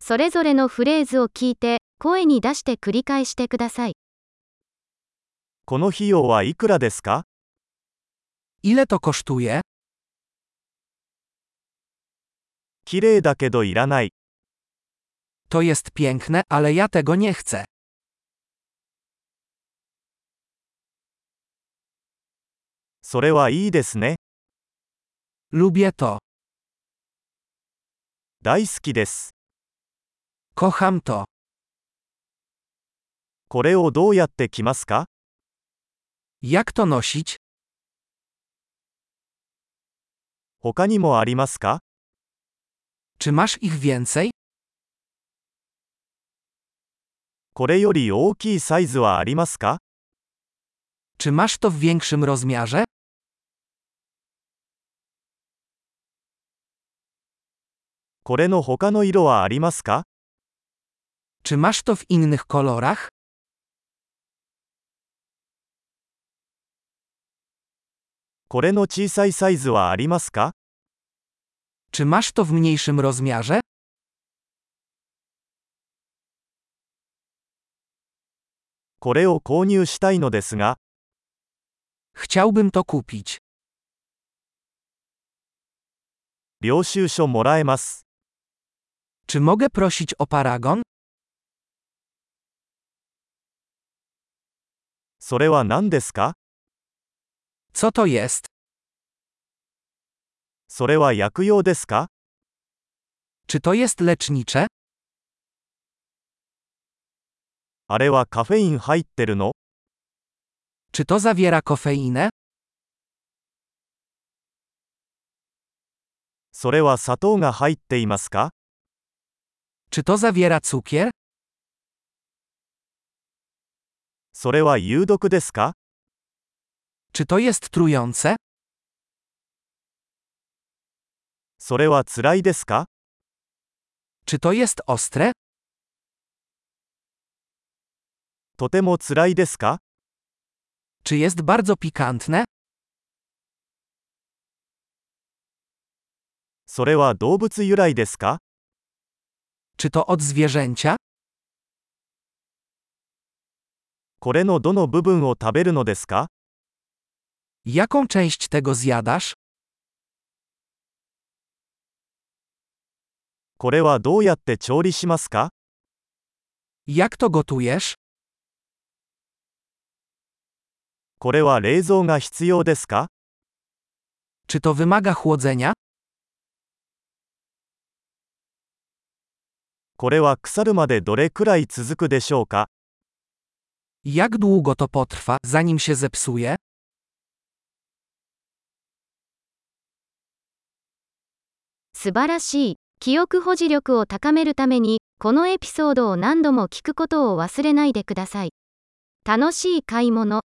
それぞれのフレーズを聞いて、声に出して繰り返してください。この費用はいくらですか Ile to kosztuje? 綺麗だけどいらない。 To jest piękne, ale ja tego nie chcę. それはいいですね。 Lubię to. 大好きです。 Kocham to. これをどうやって着ますか Jak to nosić? 他にもありますか Czy masz ich więcej? これより大きいサイズはありますか Czy masz to w większym rozmiarze? これの他の色はありますか Czy masz to w innych kolorach? これの小さいサイズはありますか Czy masz to w mniejszym rozmiarze? これを購入したいのですが、 Chciałbym to kupić. 領収書もらえます。 Czy mogę prosić o paragon? それは何ですか Co to jest? それは薬用ですか Czy to jest lecznicze? あれはカフェイン入ってるの Czy to zawiera kofeinę? それは砂糖が入っていますか Czy to zawiera cukier? それは有毒ですか Czy to jest trujące? それは辛いですか Czy to jest ostre? とても辛いですか Czy jest bardzo pikantne? それは動物由来ですか Czy to od zwierzęcia? これのどの部分を食べるのですか Jaką część tego zjadasz? これはどうやって調理しますか Jak to gotujesz? これは冷蔵が必要ですか Czy to wymaga chłodzenia? これは腐るまでどれくらい続くでしょうか Jak długo to potrwa, zanim się zepsuje? 素晴らしい。記憶保持力を高めるために、このエピソードを何度も聞くことを忘れないでください。楽しい買い物。